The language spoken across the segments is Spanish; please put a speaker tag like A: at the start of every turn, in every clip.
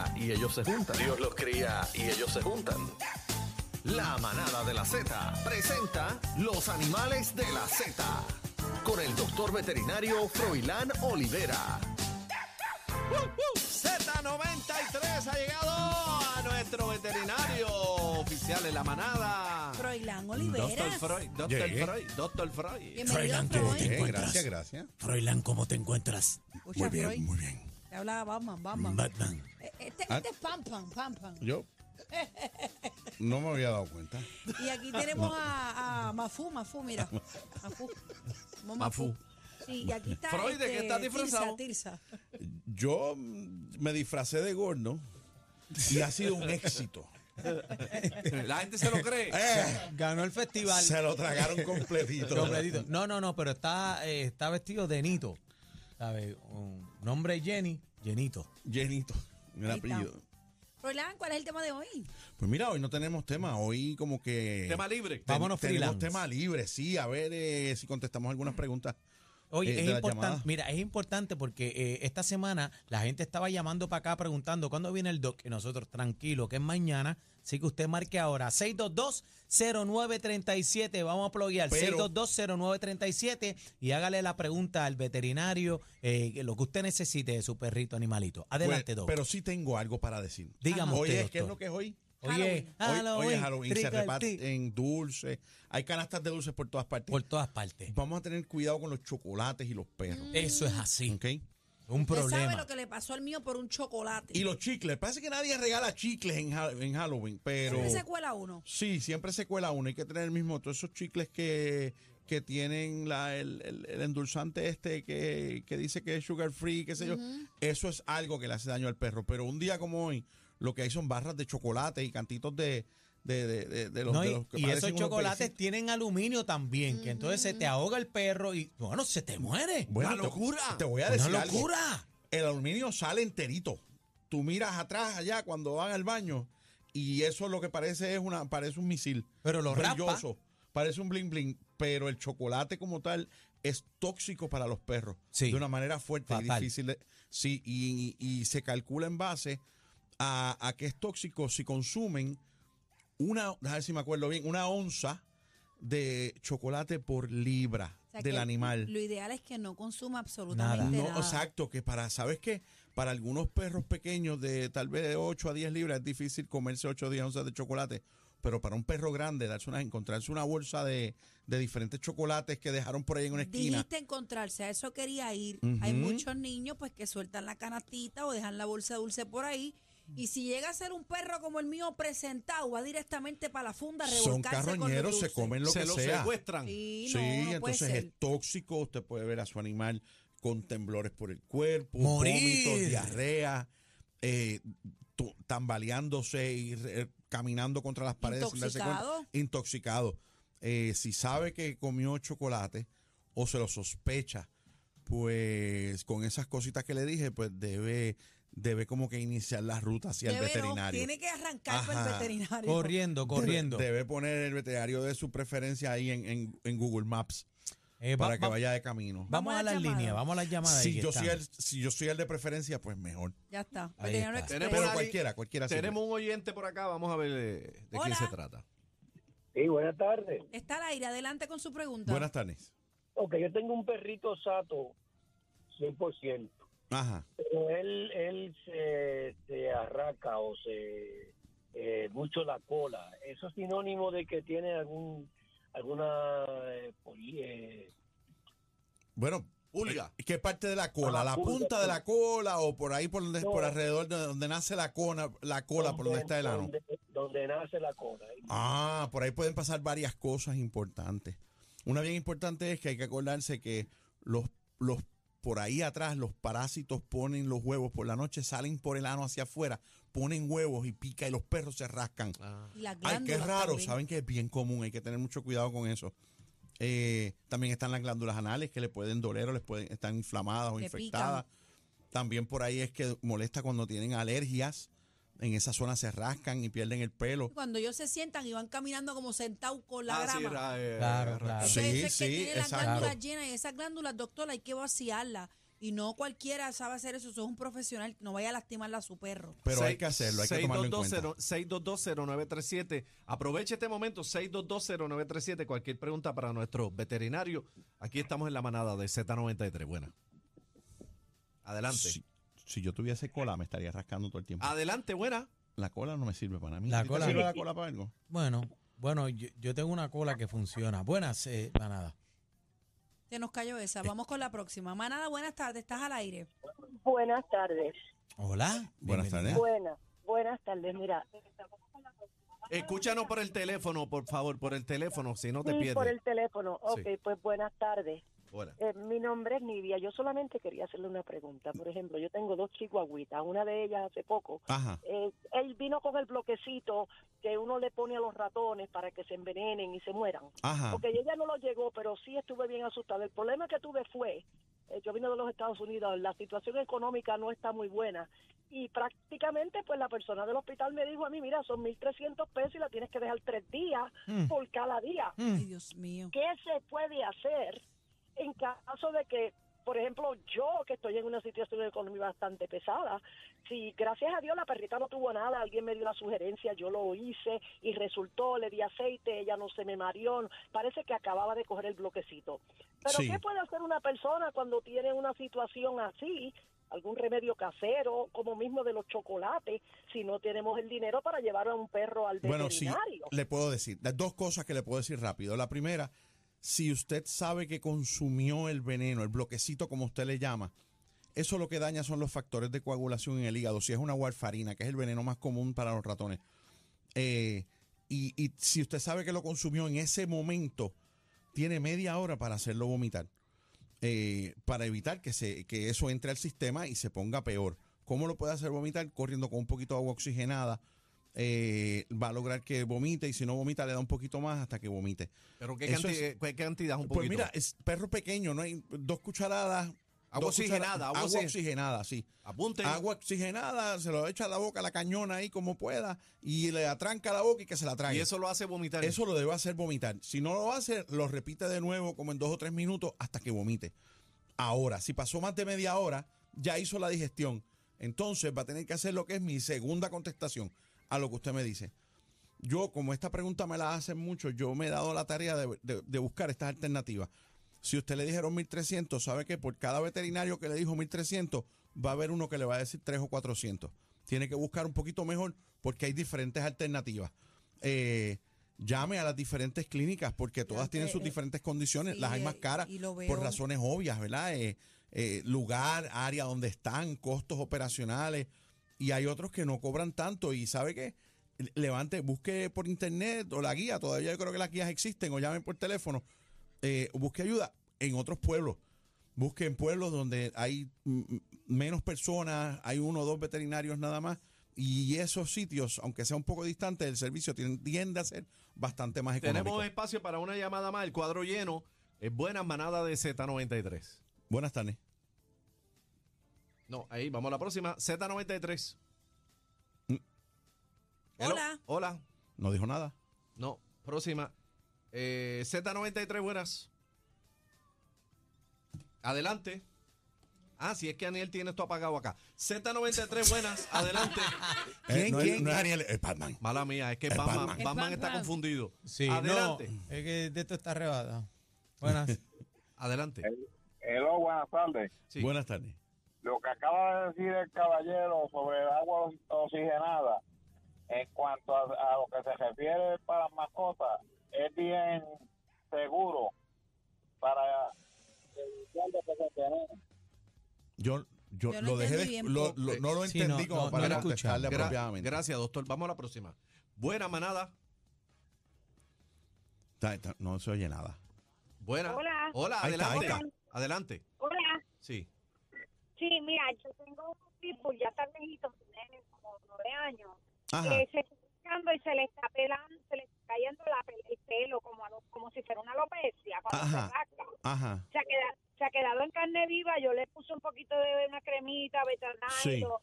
A: Ah, y ellos se juntan.
B: Dios los cría y ellos se juntan.
A: La manada de la Z presenta los animales de la Z con el doctor veterinario Froilán Olivera.
C: Z93 ha llegado a nuestro veterinario oficial en la
A: Ah.
C: manada.
D: Froilán Olivera.
C: Doctor Freud, Doctor
E: Llegué.
C: Freud, Doctor Freud.
D: Bienvenido,
E: Froilán, ¿cómo
D: Freud.
E: te
D: Escucha,
E: encuentras?
F: gracias, gracias.
E: Froilán, ¿cómo te encuentras?
F: Muy bien,
D: Freud.
F: muy bien.
D: Te hablaba Batman, Batman.
E: Batman.
D: Eh, Este,
F: Ah.
D: este es Pam Pam, Pam Pam.
F: Yo no me había dado cuenta.
D: Y aquí tenemos a, a Mafú, Mafú, mira. Mafú. Mo-
C: Mafú.
D: Sí, y aquí está.
C: Freud, ¿de qué
D: este,
C: estás disfrazado?
D: Tirsa, Tirsa.
F: Yo mm, me disfracé de gordo y ha sido un éxito.
C: La gente se lo cree.
F: Eh,
G: Ganó el festival.
F: se lo tragaron completito.
G: Completito. No, no, no, pero está, eh, está vestido de Nito. ¿Sabe? Un nombre Jenny, Jenito.
F: Llenito. Mi
D: Ahí está.
F: apellido.
D: Froilán, ¿cuál es el tema de hoy?
F: Pues mira, hoy no tenemos tema. Hoy como que...
C: Tema libre.
F: ten-
G: Vámonos
F: Tenemos
G: freelance.
F: tema libre, sí. A ver eh, si contestamos algunas preguntas.
G: Oye,
F: eh, de
G: es
F: las
G: importante,
F: llamadas.
G: mira, es importante porque eh, esta semana la gente estaba llamando para acá preguntando cuándo viene el doc y nosotros, tranquilo, que es mañana, así que usted marque ahora 622-0937, vamos a pluguear
F: Pero-
G: 622-0937 y hágale la pregunta al veterinario, eh, que lo que usted necesite de su perrito animalito.
F: Pues,
G: Adelante, doc.
F: pero sí tengo algo para decir.
G: Dígame
F: Hoy
G: usted,
F: es, ¿qué es
G: doctor.
F: lo que es hoy?
G: Oye,
F: Hoy,
G: Halloween,
F: hoy es Halloween, se Eh,
G: trick or treat,
F: reparten dulces, hay canastas de dulces por todas partes.
G: por todas partes.
F: Vamos a tener cuidado con los chocolates y los perros.
G: Eso es así.
F: ¿ok?
G: Un
D: Usted sabe
G: problema.
D: lo que le pasó al mío por un chocolate.
F: Y los chicles. Parece que nadie regala chicles en, Ha- en Halloween, pero.
D: Siempre se cuela uno.
F: Sí, siempre se cuela uno. Hay que tener el mismo. Todos esos chicles que, que tienen la- el, el- el endulzante este que, que dice que es sugar free, qué sé yo. Eso es algo que le hace daño al perro. Pero un día como hoy, lo que hay son barras de chocolate y cantitos de, de, de- de- de los,
G: No,
F: de
G: y,
F: los que
G: y
F: parecen
G: esos
F: unos
G: chocolates
F: pellecitos.
G: tienen aluminio también, que entonces se te ahoga el perro y, bueno, se te muere.
F: Bueno,
C: ¡Una
F: te-
C: locura!
F: Te, voy a
G: ¡Una
F: decir algo.
G: locura!
F: El aluminio sale enterito. Tú miras atrás allá cuando van al baño y eso lo que parece es una parece un misil.
G: Pero lo raspa.
F: brilloso, parece un bling bling, pero el chocolate como tal es tóxico para los perros
G: Sí.
F: de una manera fuerte y
G: Fatal.
F: difícil. de- sí, y, y se calcula en base a, a que es tóxico si consumen una, a ver si me acuerdo bien, una onza de chocolate por libra
D: O sea,
F: del
D: que
F: animal.
D: Lo ideal es que no consuma absolutamente
F: No,
D: nada.
F: exacto, que para, ¿sabes qué? Para algunos perros pequeños de tal vez de 8 a 10 libras es difícil comerse 8 o 10 onzas de chocolate, pero para un perro grande darse una, encontrarse una bolsa de, de diferentes chocolates que dejaron por ahí en una esquina.
D: Dijiste encontrarse, a eso quería ir. Hay muchos niños pues que sueltan la canastita o dejan la bolsa dulce por ahí. Y si llega a ser un perro como el mío presentado, va directamente para la funda a
F: Son
D: revolcarse con los
F: carroñeros, se
D: dulces.
F: comen lo
C: se
F: que
C: lo
F: sea.
C: secuestran.
D: Sí,
F: Sí,
D: no, no puede
F: entonces
D: ser.
F: es tóxico, usted puede ver a su animal con temblores por el cuerpo,
G: Morir.
F: vómitos, diarrea, eh, tu- tambaleándose y re- eh, caminando contra las paredes. sin darse cuenta.
D: Intoxicado.
F: Intoxicado. Eh, si sabe que comió chocolate o se lo sospecha, pues con esas cositas que le dije, pues debe, debe como que iniciar la ruta hacia
D: Debe,
F: el
D: no,
F: veterinario.
D: tiene que arrancar por el
F: Ajá.
D: veterinario.
G: Corriendo, corriendo.
F: Debe, debe poner el veterinario de su preferencia ahí en, en- en Google Maps
G: Eh, va-
F: para que
G: va-
F: vaya de camino.
G: Vamos a
D: Vamos a
G: las
D: la llamada.
G: líneas, vamos a las llamadas. ahí
F: si
G: que
F: yo, soy
G: están.
F: el, si yo soy el de preferencia, pues mejor.
D: Ya está.
G: Ahí
D: Veterinario
G: está.
D: express.
C: Tenemos
F: Pero
C: la-
F: cualquiera, cualquiera sirve.
C: Tenemos un oyente por acá, vamos a ver eh, de
D: Hola.
C: quién se trata.
H: Sí, buenas tardes.
D: Está al aire, adelante con su pregunta.
F: Buenas tardes.
H: Ok, yo tengo un perrito sato, 100%.
F: Ajá.
H: Pero él, él se, se arraca o se eh, mucho la cola. Eso es sinónimo de que tiene algún alguna eh, poli- eh,
F: Bueno,
C: Pulga.
F: eh, ¿qué parte de la cola?
H: Ah,
F: ¿La
H: pulga,
F: punta de la cola o por ahí por, donde,
H: No.
F: por alrededor de donde nace la, cona, la cola, por donde está el ano?
H: donde, donde nace la cola.
F: Ah, por ahí pueden pasar varias cosas importantes. Una bien importante es que hay que acordarse que los, los por ahí atrás, los parásitos ponen los huevos por la noche, salen por el ano hacia afuera, ponen huevos y pica y los perros se rascan.
D: Y las
F: Ay, qué
D: glándulas
F: raro,
D: también.
F: saben que es bien común, hay que tener mucho cuidado con eso. Eh, también están las glándulas anales que le pueden doler o les pueden estar inflamadas o
D: Que
F: infectadas. También por ahí es que molesta cuando tienen alergias. En esa zona se rascan y pierden el pelo.
D: Cuando ellos se sientan y van caminando como sentados con la
C: Ah, sí,
D: grama.
C: ra- eh,
G: Claro,
C: ra-
G: claro.
D: Eso
F: Sí,
D: es que
F: sí,
D: tiene las
F: exacto.
D: glándulas llenas y esas glándulas, doctor, hay que vaciarlas. Y no cualquiera sabe hacer eso, eso es un profesional, no vaya a lastimarla a su perro.
F: Pero hay que hacerlo, hay que tomarlo en cuenta.
C: 6220937. Aproveche este momento, 6220937. Cualquier pregunta para nuestro veterinario. Aquí estamos en la manada de Z93. Buena. Adelante. Ah.
F: Si, si yo tuviese cola, me estaría rascando todo el tiempo.
C: Adelante, buena.
F: La cola no me sirve para mí.
G: La
F: ¿A ti te
G: cola
F: sirve
G: no.
F: la cola para algo?
G: Bueno, bueno, yo, yo tengo una cola que funciona. Buenas, eh, manada.
D: Se nos cayó
F: Eh.
D: esa, vamos con la próxima. Manada, buenas tardes, estás al aire.
I: Buenas tardes.
G: Hola.
F: Buenas
G: bienvenida.
F: tardes.
I: Buenas, buenas tardes. Mira,
C: Escúchanos por el teléfono, por favor, por el teléfono, si no te
I: sí,
C: pierdes.
I: por el teléfono. Ok,
C: Sí.
I: pues buenas tardes.
C: Buena.
I: Eh, mi nombre es Nidia. Yo solamente quería hacerle una pregunta. Por ejemplo, yo tengo dos chihuahuitas. Una de ellas hace poco.
F: Ajá.
I: eh, él vino con el bloquecito que uno le pone a los ratones para que se envenenen y se mueran.
F: Ajá.
I: Porque ella no lo llegó, pero sí estuve bien asustada. El problema que tuve fue, eh, yo vine de los Estados Unidos, la situación económica no está muy buena. Y prácticamente, pues la persona del hospital me dijo a mí, mira, son 1.300 pesos y la tienes que dejar tres días
G: Mm,
I: por cada día.
F: Mm.
D: Ay, Dios mío.
I: ¿Qué se puede hacer en caso de que, por ejemplo, yo que estoy en una situación económica bastante pesada, si gracias a Dios la perrita no tuvo nada, alguien me dio una sugerencia, yo lo hice y resultó, le di aceite, ella no se me mareó, parece que acababa de coger el bloquecito. Pero
F: Sí.
I: ¿qué puede hacer una persona cuando tiene una situación así? algún remedio casero, como mismo de los chocolates, si no tenemos el dinero para llevar a un perro al
F: Bueno, sí,
I: veterinario.
F: le puedo decir. Las dos cosas que le puedo decir rápido. La primera, si usted sabe que consumió el veneno, el bloquecito como usted le llama, eso lo que daña son los factores de coagulación en el hígado. Si es una warfarina, que es el veneno más común para los ratones. eh, y, y si usted sabe que lo consumió en ese momento, tiene media hora para hacerlo vomitar. eh, para evitar que, se, que eso entre al sistema y se ponga peor. ¿Cómo lo puede hacer vomitar? Corriendo con un poquito de agua oxigenada. eh, va a lograr que vomite y si no vomita le da un poquito más hasta que vomite.
C: Pero ¿qué,
F: Eso
C: canti-
F: es-
C: qué cantidad? Un
F: Pues
C: poquito.
F: mira, es perro pequeño, no hay dos cucharadas.
C: Agua
F: dos cuchara-
C: oxigenada, agua
F: agua,
C: oxi-
F: oxigenada, sí.
C: apunten.
F: Agua oxigenada, se lo echa a la boca, a la cañona ahí como pueda y le atranca la boca y que se la trague.
C: y eso lo hace vomitar.
F: Eso lo debe hacer vomitar. Si no lo hace, lo repite de nuevo como en dos o tres minutos hasta que vomite. Ahora, si pasó más de media hora, ya hizo la digestión. Entonces va a tener que hacer lo que es mi segunda contestación a lo que usted me dice. Yo, como esta pregunta me la hacen mucho, yo me he dado la tarea de, de- de buscar estas alternativas. Si usted le dijeron 1.300, sabe que por cada veterinario que le dijo 1.300, va a haber uno que le va a decir 3 o 400. Tiene que buscar un poquito mejor porque hay diferentes alternativas. Eh, llame a las diferentes clínicas porque todas
D: Las
F: tienen
D: de-
F: sus diferentes condiciones.
D: eh, sí,
F: las hay
D: eh,
F: más caras
D: y lo veo.
F: por razones obvias, ¿verdad? Eh, eh, lugar, área donde están, costos operacionales. Y hay otros que no cobran tanto y sabe qué? levante, busque por internet o la guía, todavía yo creo que las guías existen, o llamen por teléfono, eh, busque ayuda en otros pueblos. Busque en pueblos donde hay mm, mm, menos personas, hay uno o dos veterinarios nada más, y esos sitios, aunque sea un poco distante, el servicio tiene- tiende a ser bastante más económico.
C: Tenemos espacio para una llamada más. El cuadro lleno es buena manada de Z93.
F: Buenas tardes.
C: No, ahí vamos a la próxima. Z93.
F: Mm.
C: Hello.
D: Hola.
C: Hola.
F: No dijo nada.
C: No, próxima. Eh, Z93, buenas. Adelante. Ah, si es que Aniel tiene esto apagado acá. Z93, buenas. Adelante.
F: Eh, no, es- no es Ariel, es Batman.
C: Mala mía, es que
F: Es
C: Batman,
F: Batman.
C: Batman
D: Es Batman.
C: está confundido.
G: Sí, no,
C: adelante.
G: es que de esto está arrebatado. Buenas.
C: Adelante.
J: Hello, buenas tardes.
C: Sí.
F: Buenas tardes.
J: Lo que acaba de decir el caballero sobre el agua ox- oxigenada, en cuanto a, a lo que se refiere para las mascotas, es bien seguro para evitar de que se envenenen.
F: Yo, yo,
D: Yo no
F: lo dejé
D: entendí
F: de-
D: bien
F: lo-
D: poco.
F: lo- no lo
G: Sí,
F: entendí
G: no,
F: como
G: no,
F: para
G: no lo
F: contestarle
G: escuchamos.
C: Gra-
F: apropiadamente.
C: gracias, doctor. Vamos a la próxima. Buena manada.
F: Está- está- no se oye nada.
C: Buena.
K: Hola.
C: Hola,
F: Ahí está,
C: adelante.
F: ahí
C: Adelante.
K: Hola,
C: Sí.
K: sí, mira, yo tengo un tipo, ya está viejito, tiene como nueve años,
F: Ajá.
K: que se está picando y se le está pelando, se le está cayendo la pel- el pelo como, a lo- como si fuera una alopecia cuando
F: Ajá.
K: se rasca.
F: Ajá.
K: Se ha, quedado, se ha quedado en carne viva, yo le puse un poquito de una cremita,
F: Sí.
K: betanaito.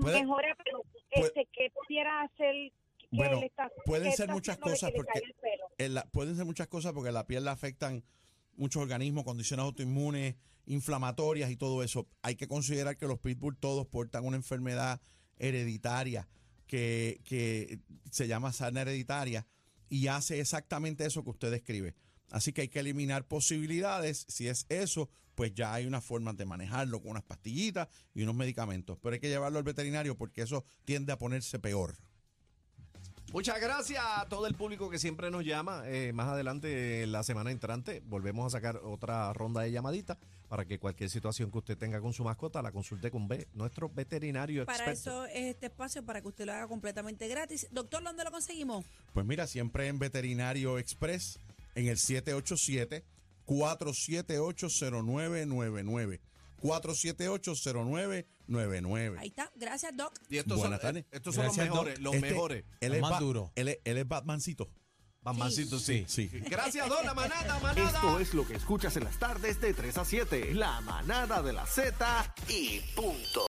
F: Puede-
K: Mejora, pero
F: puede-
K: este, ¿qué pudiera hacer? que
F: Bueno,
K: le está-
F: pueden
K: que
F: ser
K: está
F: muchas
K: haciendo de que
F: cosas
K: le
F: porque-
K: caiga el pelo?
F: eh, en la- pueden ser muchas cosas porque la piel la afectan muchos organismos, condiciones autoinmunes, inflamatorias y todo eso. Hay que considerar que los pitbull todos portan una enfermedad hereditaria que, que se llama sarna hereditaria y hace exactamente eso que usted describe. Así que hay que eliminar posibilidades. Si es eso, pues ya hay unas formas de manejarlo con unas pastillitas y unos medicamentos. Pero hay que llevarlo al veterinario porque eso tiende a ponerse peor.
C: Muchas gracias a todo el público que siempre nos llama. Eh, más adelante, eh, la semana entrante, volvemos a sacar otra ronda de llamaditas para que cualquier situación que usted tenga con su mascota la consulte con ve- nuestro veterinario
D: Para eso
C: experto.
D: es este espacio, para que usted lo haga completamente gratis. Doctor, ¿dónde lo conseguimos?
F: Pues mira, siempre en Veterinario Express, en el 787-478-0999. 478-0999.
D: Ahí está. Gracias, Doc.
C: Y estos
F: Buenas
C: son, eh,
F: tardes.
C: estos son los
F: Gracias,
C: mejores,
F: Doc.
C: los
F: Este,
C: mejores.
F: Él
G: Los
F: es,
G: más
F: Ba-
G: duros.
F: Él, es, él es Batmancito.
C: Bamancito, sí.
F: Sí.
C: Gracias, don, la manada, manada.
A: Esto es lo que escuchas en las tardes de 3 a 7. La manada de la Z y punto.